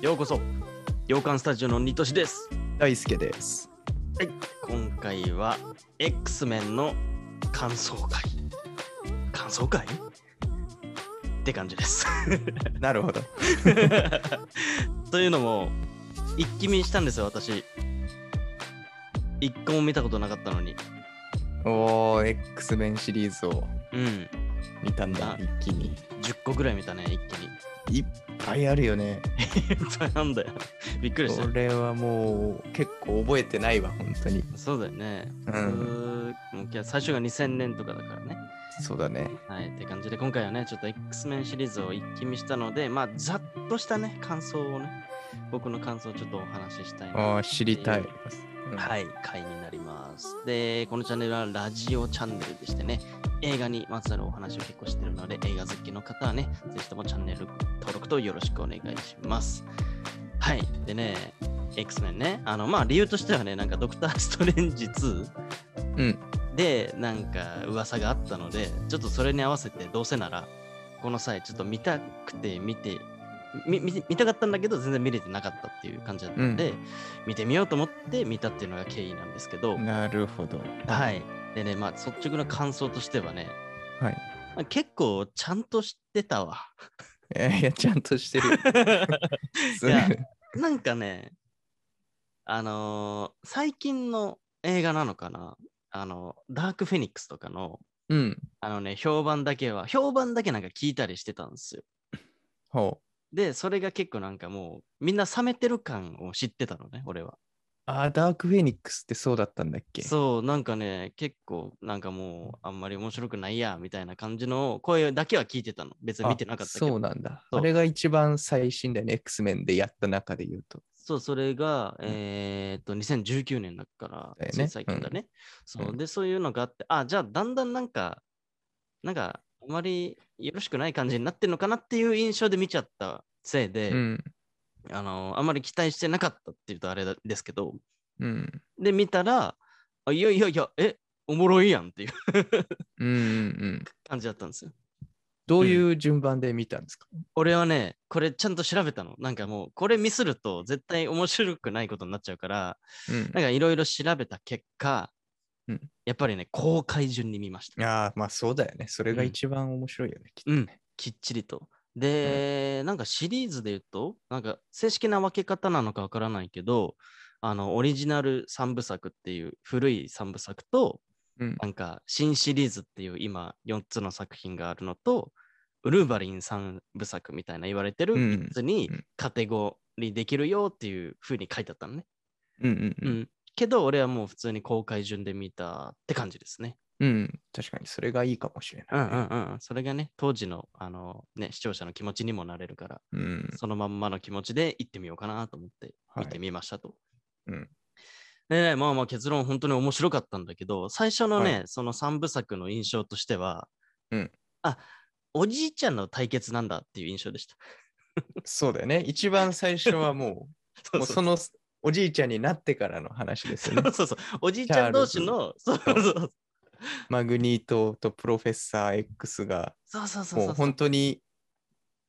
ようこそ洋館スタジオのニトシです大輔です。 はい今回は X メンの感想会感想会って感じです なるほど。というのも一気見したんですよ私一個も見たことなかったのにおー、X メンシリーズをうん見たんだあ、一気に。 10個ぐらい見たね一気にいっぱいあるよね。いっ ぱいなんだよびっくりしたこれはもう結構覚えてないわ、本当に。そうだよね。うんうーもういや最初が2000年とかだからね。そうだね。はい。って感じで、今回はね、ちょっと X メンシリーズを一気見したので、まあ、ざっとしたね、感想をね、僕の感想をちょっとお話ししたいなああ、知りたい。い。はい、回になります。で、このチャンネルはラジオチャンネルでしてね、映画にまつわるお話を結構してるので、映画好きの方はね、ぜひともチャンネル登録とよろしくお願いします。はい、でね、X メンね、あの、まあ理由としてはね、なんかドクター・ストレンジ2うん。で、なんか噂があったので、ちょっとそれに合わせて、どうせなら、この際、ちょっと見たくて見て、み見て見たかったんだけど、全然見れてなかったっていう感じだったので、見てみようと思って見たっていうのが経緯なんですけど、なるほど。はい。でね、まあ、率直な感想としてはね、はい。まあ、結構ちゃんとしてた わ。えーいや、ちゃんとしてる。 いやなんかね、あのー最近の映画なのかな、あの、ダークフェニックスとかの、 うん。あのね、評判だけは、評判だけなんか聞いたりしてたんですよ。ほう。で、それが結構なんかもう、みんな冷めてる感を知ってたのね、俺は。ああ、ダークフェニックスってそうだったんだっけそう、なんかね、結構、なんかもう、あんまり面白くないや、みたいな感じの声だけは聞いてたの。別に見てなかったけど。あそうなんだ。そうあれが一番最新だよね、X メンでやった中で言うと。そう、それが、うんえーっと、2019年だから、だよついね最近だね、そうう。んで、そういうのがあって、あ、じゃあ、だんだんなんか、なんか、あまりよろしくない感じになってるのかなっていう印象で見ちゃったせいで、うん。あの、あまり期待してなかったっていうとあれだですけど、うん。で、見たら、あいやいやいや、え、おもろいやんっていううんうんうん。感じだったんですよ。どういう順番で見たんですか、俺はね、これちゃんと調べたの。なんかもう、これミスると絶対面白くないことになっちゃうから、うんなんかいろいろ調べた結果、うんやっぱりね、公開順に見ました。ああ、まあそうだよね。それが一番面白いよね、きっとね。きっちりと。で、なんかシリーズで言うと、なんか正式な分け方なのかわからないけど、あの、オリジナル3部作っていう古い3部作と、うんなんか新シリーズっていう今4つの作品があるのと、ウルーバリン3部作みたいな言われてるうん3つにうんカテゴリーできるよっていう風に書いてあったのね。うんううんん。けど、俺はもう普通に公開順で見たって感じですね。うん。うん。確かにそれがいいかもしれうんうないね、んうんうん。それがね、当時の、あの、ね、視聴者の気持ちにもなれるから、うんそのまんまの気持ちで行ってみようかなと思って、はい見てみましたと。うんでね、まあまあ結論本当に面白かったんだけど、最初のね、はその3部作の印象としては、うんあ、おじいちゃんの対決なんだっていう印象でした。そうだよね。一番最初はも う、もうそそうのおじいちゃんになってからの話ですよそ ねう。そうそう。おじいちゃん同士の、そうそうそう。マグニートとプロフェッサー X が、そうそうそうもそううそう。本当に、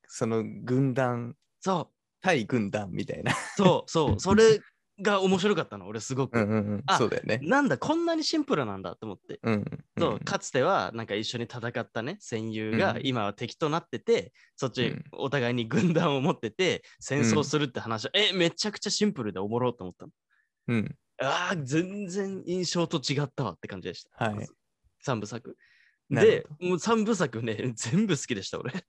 その軍団、そう対軍団みたいな。そうそう。それが面白かったの、俺すごく。 うんうんうんあそうだよね。なんだ、こんなにシンプルなんだと思って。うん。そううんかつてはなんか一緒に戦ったね戦友がうん今は敵となってて、そっうちんお互いに軍団を持ってて戦う争んするって話、えめちゃくちゃシンプルでおもろうと思ったのうん。あー全然印象と違ったわって感じでした、はい、 3部作なるでもう3部作ね 全部好きでした俺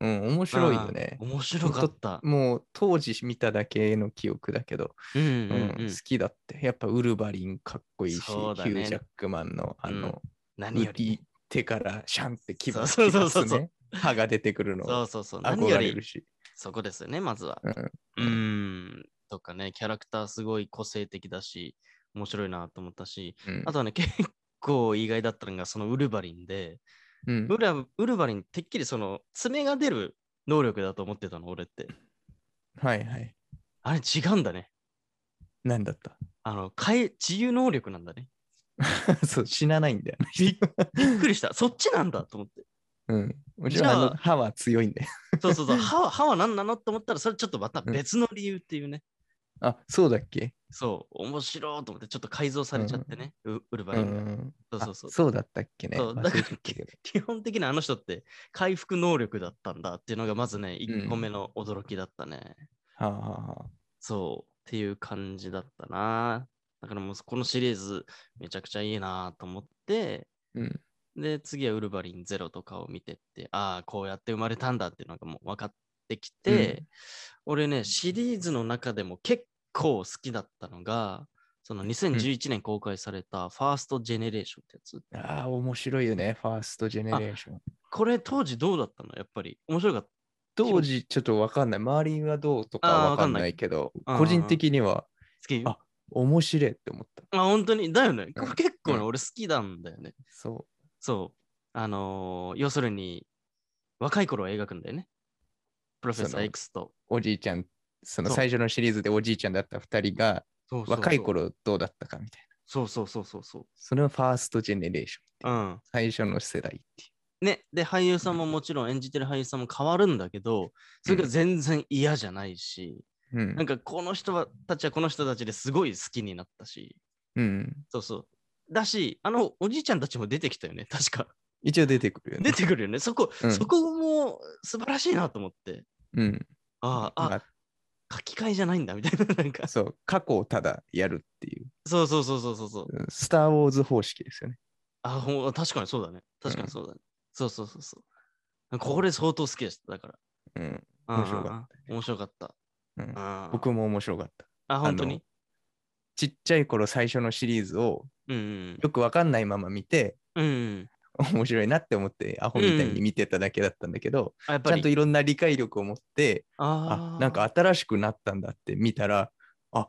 うん、面白いよねあ。ー面白かったもう当時見ただけの記憶だけど、うんううんん、うん好きだって。やっぱウルバリンかっこいいし、そうだねヒュージャックマンのあの、何よりい手からシャンって牙そうそうそうそう牙っすね歯が出てくるのそうそうそう何憧よれりるし。そこですよねまずはううんんとかねキャラクターすごい個性的だし面白いなと思ったしうんあとはね、結 構意外だったのが、そのウルヴァリンで、うんウラウルヴァリン、てっきりその爪が出る能力だと思ってたの、俺って。はいはい。あれ違うんだね。何だった あの、かえ自由能力なんだね。そう死なないんだよね。びっくりした。そっちなんだと思って。 うん。もちじろん、ゃああの、歯は強いんで。そうそうそう、歯は歯は何なのと思ったら、それちょっとまた別の理由っていうね、あ、そうだっけそう、面白いと思って、ちょっと改造されちゃってね、うウルヴうァリンが、ん。そうあそうそう。そうだったっけね。そうだ忘かられてた けど基本的にあの人って回復能力だったんだっていうのがまずね、1個目の驚きだったね。はあはあはあそう、っていう感じだったな。だからもうこのシリーズめちゃくちゃいいなと思って、うん。で、次はウルヴァリンゼロとかを見てって、ああ、こうやって生まれたんだっていうのがもう分かってきて、う俺ね、シリーズの中でも結構好きだったのが、その2011年公開されたファーストジェネレーションってやつ。ああ、面白いよね。ファーストジェネレーション。これ当時どうだったのやっぱり面白かった。当時、ちょっとわかんない。周りはどうとかあーわかんわかんなないいけど、うんうん個人的には好きあ面白いって思った。あ、本当に。だよね。これ結構ね、うん俺好きなんだよね。そそう。あのー要するに、若い頃を描くんだよね。プロフェッそサのー X と。う、おじいちゃん、そのそう最初のシリーズでおじいちゃんだった2人が、そうそうそう若い。頃どうだったかみたいな。そうそうそうそうそそれをファーストジェネレーショう。ンっていうう、ん。最初の世代っていね、で俳優さんももちろん演じてる俳優さんも変わるんだけどそれが全然嫌じゃないし、う。うんなんかこの人はたちはこの人たちですごい好きになったしうん。そうそうだしあのおじいちゃんたちも出てきたよね確か一応出てくるよね。出てくるよねそこ、うんそこも素晴らしいなと思ってうん。ああ、まあ、書き換えじゃないんだみたいななんかあそう、過去をただやるっていう、そうそうそうそうそうそううんスター・ウォーズ方式ですよね。あほん確かにそうだね確かにそうだね、そうそうそうそうこれ相当好きでしただからうん。うんうんうん面白かっ面白かった、うんあー僕も面白かった。あ本当あにのちっちゃい頃最初のシリーズをうんよくわかんないまま見て、うん。うん。面白いなって思ってアホみたいに見てただけだったんだけど、あやっちゃんといろんな理解力を持ってああーなんか新しくなったんだって見たらあ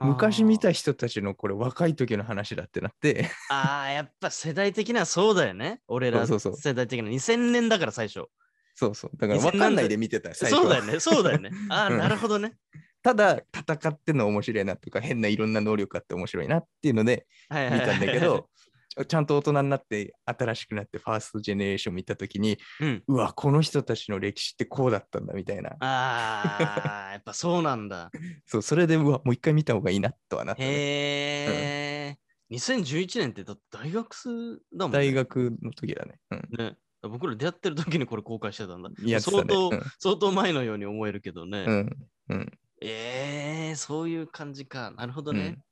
昔見た。人たちのこれ若い時の話だってなって あーあー、やっぱ世代的にはそうだよね。俺らそうそうそう世代的な2000年だから最初。そうそうだから分かんないで見てた最そ初うだよはね。そうだよね。ああ、うんなるほどね。ただ戦ってんの面白いなとか変ないろんな能力あって面白いなっていうの ではいは見いはいたんだけど。ちょちゃんと大人になって新しくなってファーストジェネレーション見た時にうん。うわこの人たちの歴史ってこうだったんだみたいなああ、やっぱそうなんだ。そうそれでうわもう一回見た方がいいなとはなった、ね、へえ。2011年ってだって大学生だもん、ね。大学の時だね、うん、ね。僕ら出会ってる時にこれ公開してたんだ。やってたね相当、うん相当前のように思えるけどね。うん。うん。ええそういう感じか。なるほどね。うん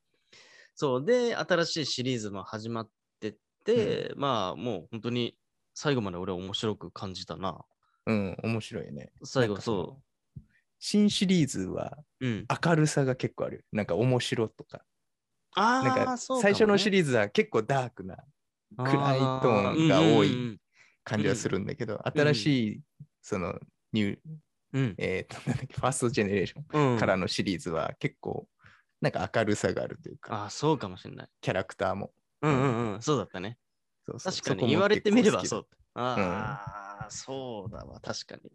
そう。で、新しいシリーズも始まってって、まあ、もう本当に最後まで俺は面白く感じたな。うん。面白いよね。最な後、んかそのそ新シリーズはう。うん。明るさが結構あるよ。なんか面白とか。あなんか最初のシリーズは結構ダークなー暗いトーンが多いうん感じはするんだけど、新しい、その、ニュー、うんえーと、 なんだっけ、ファーストジェネレーショうんうん。うンんからのシリーズは結構、なんか明るさがあるというか、ああ、そうかもしれない。キャラクターも。うんうんうん。そうだったね。そうそう確かそこにも言われてみれば結そ構う。ああ、そうだわ、確かに。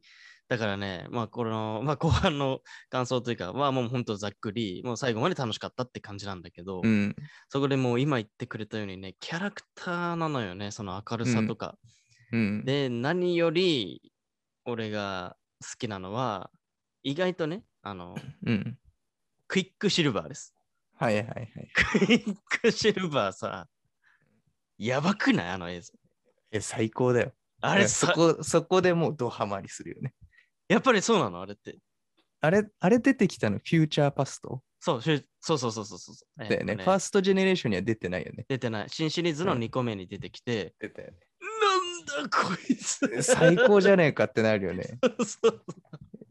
だからね、まあ、この、まあ、後半の感想というか、まあ、もう本当ざっくり、もう最後まで楽しかったって感じなんだけど、好きで。うん。そこでもう今言ってくれたようにね、キャラクターなのよね、その明るさとか。うん。で、何より俺が好きなのは、意外とね、あの、うん。クイックシルバーです。 はいはいはい。クイックシルバーさ、やばくないあの映像。え、最高だよ。あいれやそさ、こ、そこでもうドハマりするよね。やっぱりそうなのあれって。あれ、あれ出てきたの、フューチャーパストそう、しゅそうそうそうそうそうそう。えっだよとね。ファーストジェネレーションには出てないよね。出てない。新シリーズのうん2個目に出てきて、出たよね。なんだこいつ最高じゃねえかってなるよね。そう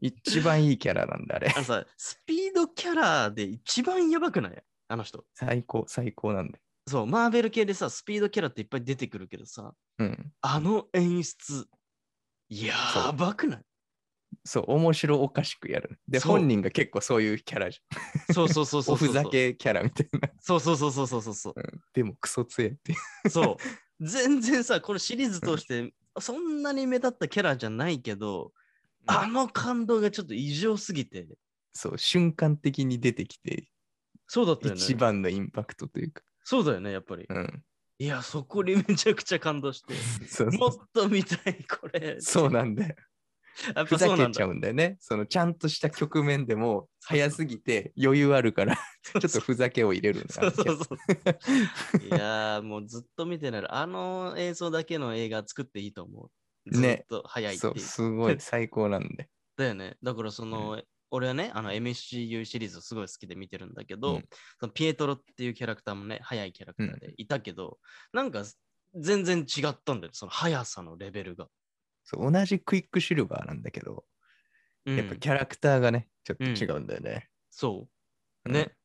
一番いいキャラなんだ、あれ あ。のさ、スピードキャラで一番やばくないあの人。最高、最高なんだよ。そう、マーベル系でさ、スピードキャラっていっぱい出てくるけどさ、うん。あの演出、やばく ないそう、面白おかしくやる。で、そう本人が結構そういうキャラじゃん。そうそうそうそうおそう。ふざ。けキャラみたいな。そうそうそうそうそうそうそう。でも、クソ強いっていう。そう。全然さ、このシリーズ通して、そんなに目立ったキャラじゃないけど、あの感動がちょっと異常すぎて。そう、瞬間的に出てきて、そうだったよね。一番のインパクトというか。そうだよね、やっぱり。うん。いや、そこにめちゃくちゃ感動して、 そうもっと見たい、これ。そうな んだよ。やっふぱざそうなけんちゃだ。うんだよね。そのちゃんとした局面でも早すぎ て余裕あるから、ちょっちょっとふざけを入れるんだそうそうそう。いやー、もうずっと見てなら、あの映像だけの映画作っていいと思う。ねずっと早いってそ いうう、。すごい最高なんで。だよね。だからその、俺はね、あの MCU シリーズすごい好きで見てるんだけど、うんそのピエトロっていうキャラクターもね、速いキャラクターでいたけど、なんか全然違ったんだよ、その速さのレベルが。そう同じクイックシルバーなんだけど、うんやっぱキャラクターがね、ちょっと違うんだよね。そう。うんね。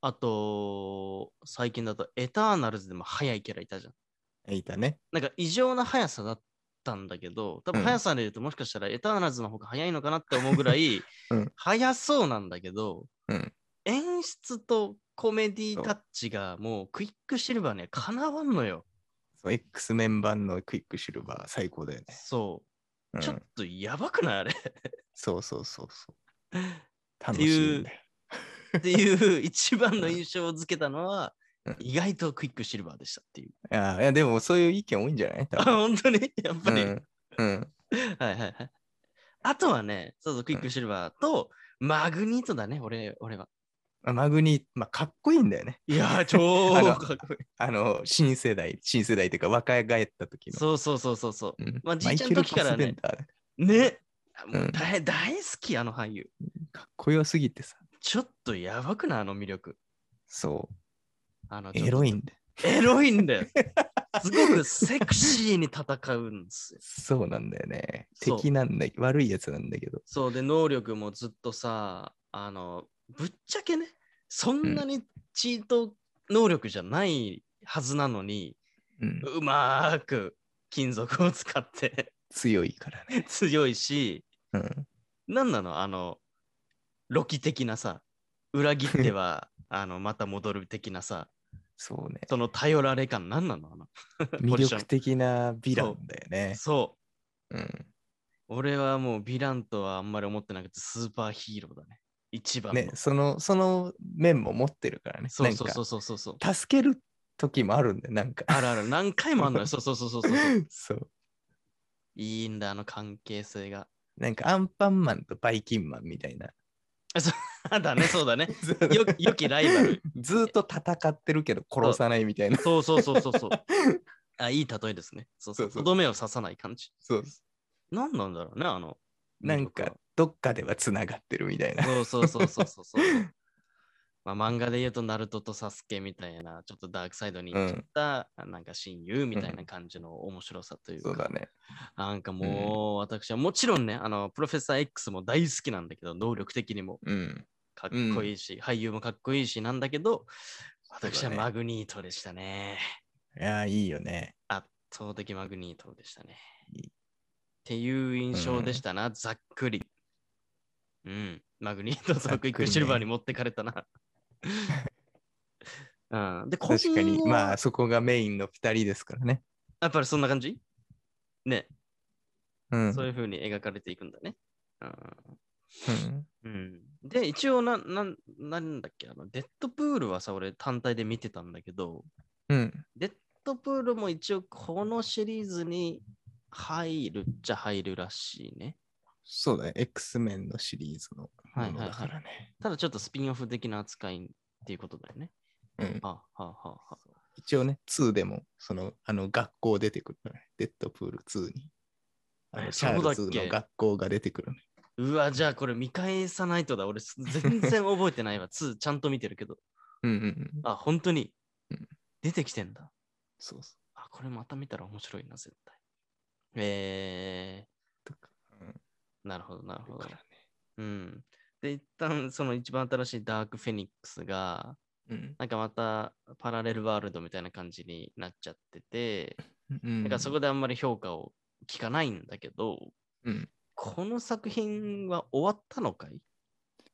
あと、最近だとエターナルズでも速いキャラいたじゃん。いたね。なんか異常な速さだったんだけど、多分うん速さで言うともしかしたらエターナルズの方が速いのかなって思うぐらい、うん速そうなんだけど、うん演出とコメディタッチがもうクイックシルバーにはかなわんのよ。そう、X メン版のクイックシルバー最高だよね。そうう。んちょっとやばくないあれ そうそうそうそう。楽ていうしいんだよ。っていう一番の印象をつけたのはうん、意外とクイックシルバーでしたっていう。いやいや、でもそういう意見多いんじゃないあ、多 本当にやっぱ分り。うん。うん はいはいはい。あとはね、そうそう、クイックシルバーと、マグニートだね、俺、俺は。あマグニ、まあ、かっこいいんだよね。い やー、超あのかっこいい。あの、新世代、新世代というか、若返った時の。。そうそうそうそうそうんまあじマいイちゃんケルの時からねファスベンダーだう。ね。もううん大,、大好き、あの俳優。かっこよすぎてさ。ちょっとやばくない、あの魅力。そあのう。エロい。いんだよ。エロいん だよ。すごくセクシーに戦うんですよ。そうなんだよね。そう敵なんだ悪いやつなんだけど。そうで、能力もずっとさ、あの、ぶっちゃけね、そんなにチート能力じゃないはずなのに、うん、うまーく金属を使って 強いからね。強いし、うん、なんなのあの、ロキ的なさ、裏切って は、あの、また戻る的なさ、そうね。その頼られ感、なんなのあの、ポ魅ジション力的なヴィランだよね。そうん、う。俺はもうヴィランとはあんまり思ってなくて、スーパーヒーローだね。一番の。ねその、その面も持ってるからね。そうそうそううそうそうそう。なんか助ける時もあるんだよ、なんか。 あるある、何回もあんのよ。そうそうそうそうそう。そう。いいんだ、あの関係性が。 なんかアンパンマンとバイキンマンみたいな。あだね、そうだね。 よ良きライバル。ずーっと戦ってるけど殺さないみ たいな。そうそうそうそうそう。 あ、いい例えですね。そうそう。そうそうとどめを刺さない感じ。そう何なんだろうね、あの。なん魅か力どっかではつながってるみたいな。は。そうそうそうそうそうそ う。まあ、漫画で言うと、ナルトとサスケみたいな、ちょっとダークサイドに行っちゃった、なんか親友みたいな感じの面白さというか、そうだね。なんかもう、私はもちろんね、あの、プロフェッサー X も大好きなんだけど、能力的にもうん。かっこいいし、俳優もかっこいいしなんだけど、うだね私はマグニートでしたね。いやー、いいよね。圧倒的マグニートでしたね。いいっていう印象でしたな、ざっくり。うん、マグニートざとっくクイりねックシルバーに持ってかれた な。うん、で、個人確かに、はまあそこがメインの2人ですからね。やっぱりそんな感じね、うん。そういう風に描かれていくんだね。うんうんうん、で、一応な、なん、なんだっけ、あの、デッドプールはさ、俺単体で見てたんだけど、うん。デッドプールも一応このシリーズに入るっちゃ入るらしいね。そうだね。X メンのシリーズのはいものだからね。ただちょっとスピンオフ的な扱いっていうことだよね。うはんあ、はあはあはあ、一応ね、2でも、その、あの、学校出てくるのね。デッドプール2に。あの、えチャールそうズだっけの学校が出てくるのね。うわ、じゃあこれ見返さないとだ。俺す全然覚えてないわ。2ちゃんと見てるけど。うんうんうん。あ、本当にうん出てきてんだ。そうそう。あ、これまた見たら面白いな、絶対。えとかうんー、なるほど、なるほどだか。らねうん。で、一旦その一番新しいダークフェニックスが、うんなんかまたパラレルワールドみたいな感じになっちゃってて、うんだからそこであんまり評価を聞かないんだけど、うんこの作品は終わったのかい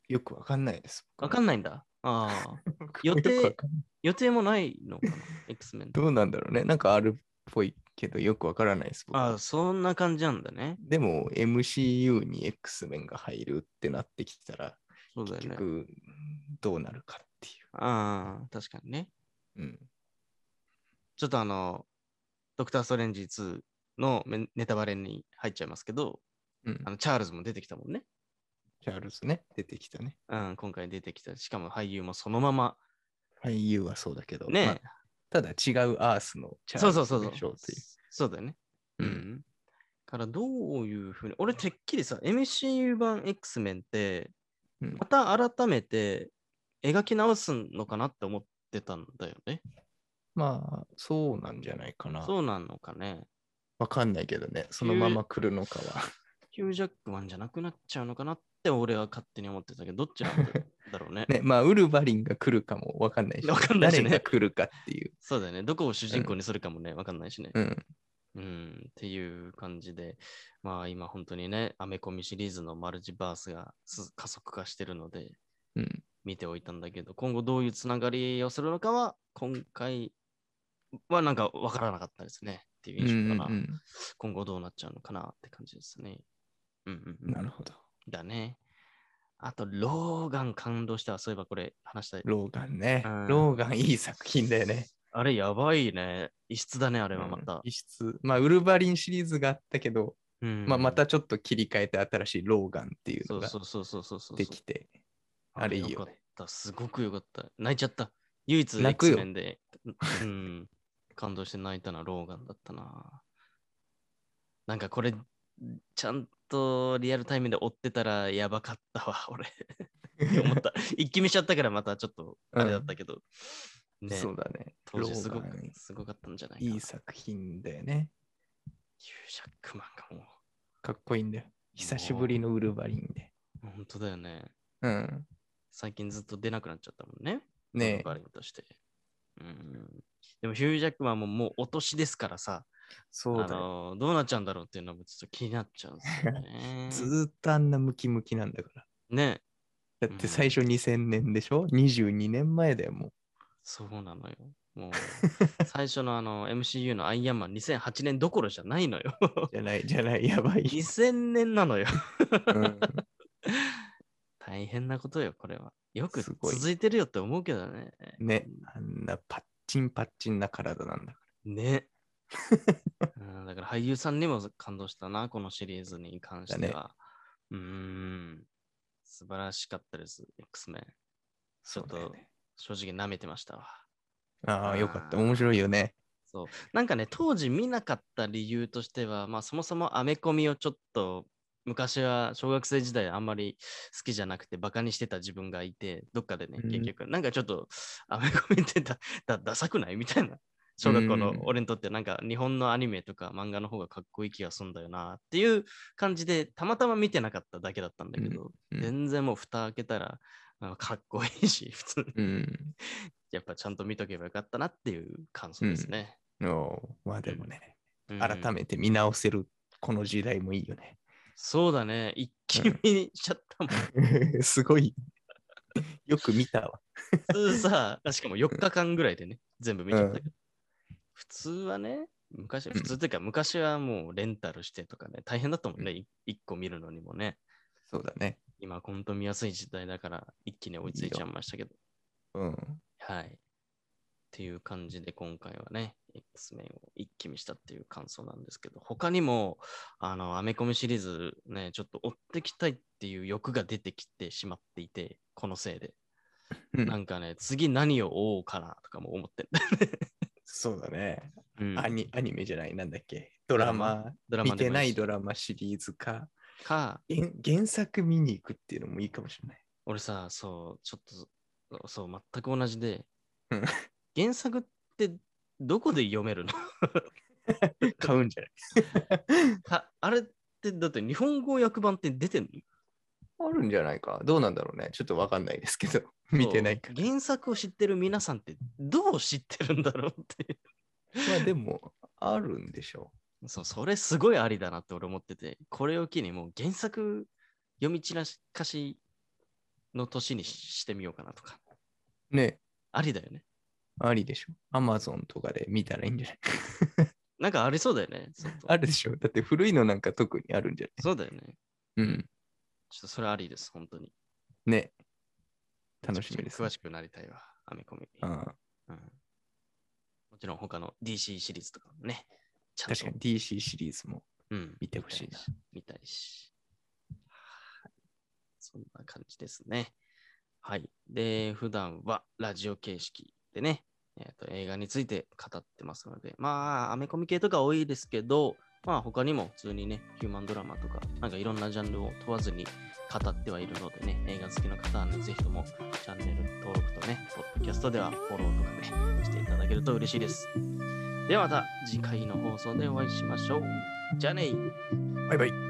よくわかんないです。わかんないんだ。あ あ、僕予もよく定わかんない予定もないのかな ?X メン。どうなんだろうね。なんかあるっぽいけど、よくわからないです。僕ああ、そんな感じなんだね。でも、MCU に X メンが入るってなってきたら、そうだ結よね。局、どうなるかっていああ、確かにね。う。うん。ちょっとあの、ドクター・ストレンジ2のメネタバレに入っちゃいますけど、うんあ。のチャールズも出てきたもんね。チャールズね、出てきたね。うん、今回出てきた。しかも俳優もそのまま。俳優はそうだけど、ね、まあただ違うアースのチャそーうそうそうそルズうでしょうっていう。そうだよね。ううんん。からどういうふうに、俺てっきりさ、MCU 版 X メンって、うんまた改めて描き直すのかなって思ってたんだよね。まあ、そうなんじゃないかな。そうなのかね。わかんないけどね、そのまま来るのかは。ヒュージャックマンじゃなくなっちゃうのかなって俺は勝手に思ってたけど、どっちなんだろうね 。ね、まあ、ウルヴァリンが来るかもわかんないし、わかんないしね誰が来るかっていう。そうだよね。どこを主人公にするかもね、わかんないしね。うん。うん、っていう感じで、まあ今本当にね、アメコミシリーズのマルチバースがす加速化してるので、うん。見ておいたんだけど、今後どういうつながりをするのかは、今回はなんかわからなかったですね。っていううん印う象んかな。うん今後どうなっちゃうのかなって感じですね。うんうんうん、なるほど。だね。あと、ローガン感動したわ。そういえばこれ話したい。ローガンねうん。ローガンいい作品だよね。あれやばいね。異質だね、あれはまうんた。異質。まあ、ウルヴァリンシリーズがあったけど、うんまあ、またちょっと切り替えて新しいローガンっていうそのうがそうそうそうそうそう。できて、あれいいよかった。すごくよかった。泣いちゃった。唯一泣くよ X メンで、うん、 感動して泣いたのはローガンだったな。なんかこれ、ちゃんとリアルタイムで追ってたらやばかったわ、 俺。って思 った。一気見しちゃったからまたちょっとあれだったけど。ね、そうだね。当時すごローガくンすごかったんじゃないかな。いい作品だよね。ヒュージャックマンがもかっこいいんだよ。久しぶりのウルヴァリンで。う、本当だよね。うん。最近ずっと出なくなっちゃったもんね。ねバレンとして。うん。でもヒュージャックマンももうお年ですからさ、そうあだよ。。のどうなっちゃうんだろうっていうのもちょっと気になっちゃうんですよね ずーっとあんなムキムキなんだから。ね、だって最初2000年でしょ ?22 年前だよ、もう。そうなのよ。 もう最初のあの MCU のアイアンマン2008年どころじゃないのよ。 じゃない、じゃない、やばい。 2000年なのよ。うん大変なことよ、これは。よくすごい続いてるよって思うけどね。ね、あんなパッチンパッチンな体なんだかね。うんだから俳優さんにも感動したな、このシリーズに関してだねは。うーん。素晴らしかったです、X メン。ら。ちょっとそうだよね正直舐めてましたわ。ああ、よかった。面白いよね。そう。なんかね、当時見なかった理由としては、まあそもそもアメコミをちょっと昔は小学生時代あんまり好きじゃなくてバカにしてた自分がいて、どっかでね、うん結局、なんかちょっとアメコミってだだダサくないみたいな。小学校のうん俺にとってなんか日本のアニメとか漫画の方がかっこいい気がするんだよなっていう感じでたまたま見てなかっただけだったんだけど、うん全然もう蓋開けたらあかっこいいし普通にうん。やっぱちゃんと見とけばよかったなっていう感想ですね。おーまあでもね、うん改めて見直せるこの時代もいいよね。そうだね。一気見にしちゃったもん。 すごい。よく見たわ。普通さ、しかも4日間ぐらいでね、全部見ちゃったけど。普通はね、昔、普通っていうか、昔はもうレンタルしてとかね、大変だったもんね、い一個見るのにもね。そうだね。今、コント見やすい時代だから、一気に追いついちゃいましたけど。うん。はい。っていう感じで、今回はね、X メンを一気見したっていう感想なんですけど、他にも、あの、アメコミシリーズね、ちょっと追ってきたいっていう欲が出てきてしまっていて、このせいで。うんなんかね、次何を追おうかなとかも思ってる。そうだね、 うんアニ。アニメじゃない、なんだっけ。ドラマ、ドラマ見てでもないいいドラマシリーズか、か、原原作見に行くっていうのもいいかもしれない。俺さ、そう、ちょっと、そう、全く同じでうん、原作ってどこで読めるの 買うんじゃないかあれって、だって日本語訳版って出てんのあるんじゃないか。どうなんだろうね。ちょっとわかんないですけど、見てないかそうら。原作を知ってる皆さんってどう知ってるんだろうっていう。まあでも、あるんでしょそう、 それすごいありだなって俺思ってて、これを機にもう原作読み散らかしの年にししてみようかなとか。う。ね、ありだよね。ありでしょ。アマゾンとかで見たらいいんじゃないなんかありそうだよね。ちょっとあるでしょ。だって古いのなんか特にあるんじゃそうだよね。ないうん。ちょっとそれありです、本当に。ね。楽しみですね詳。しくなりたいわ、アメコミ。うん。うんもちろん他の DC シリーズとかもね、ちゃんと確かに DC シリーズもうん、見てほしいな。見たいし。そんな感じですね。はい。で、普段はラジオ形式でね、えーと映画について語ってますので、まあ、アメコミ系とか多いですけど、まあ、他にも普通にね、ヒューマンドラマとか、なんかいろんなジャンルを問わずに語ってはいるのでね、映画好きの方はね、ぜひともチャンネル登録とね、ポッドキャストではフォローとかね、していただけると嬉しいです。ではまた次回の放送でお会いしましょう。じゃあねーバイバイ。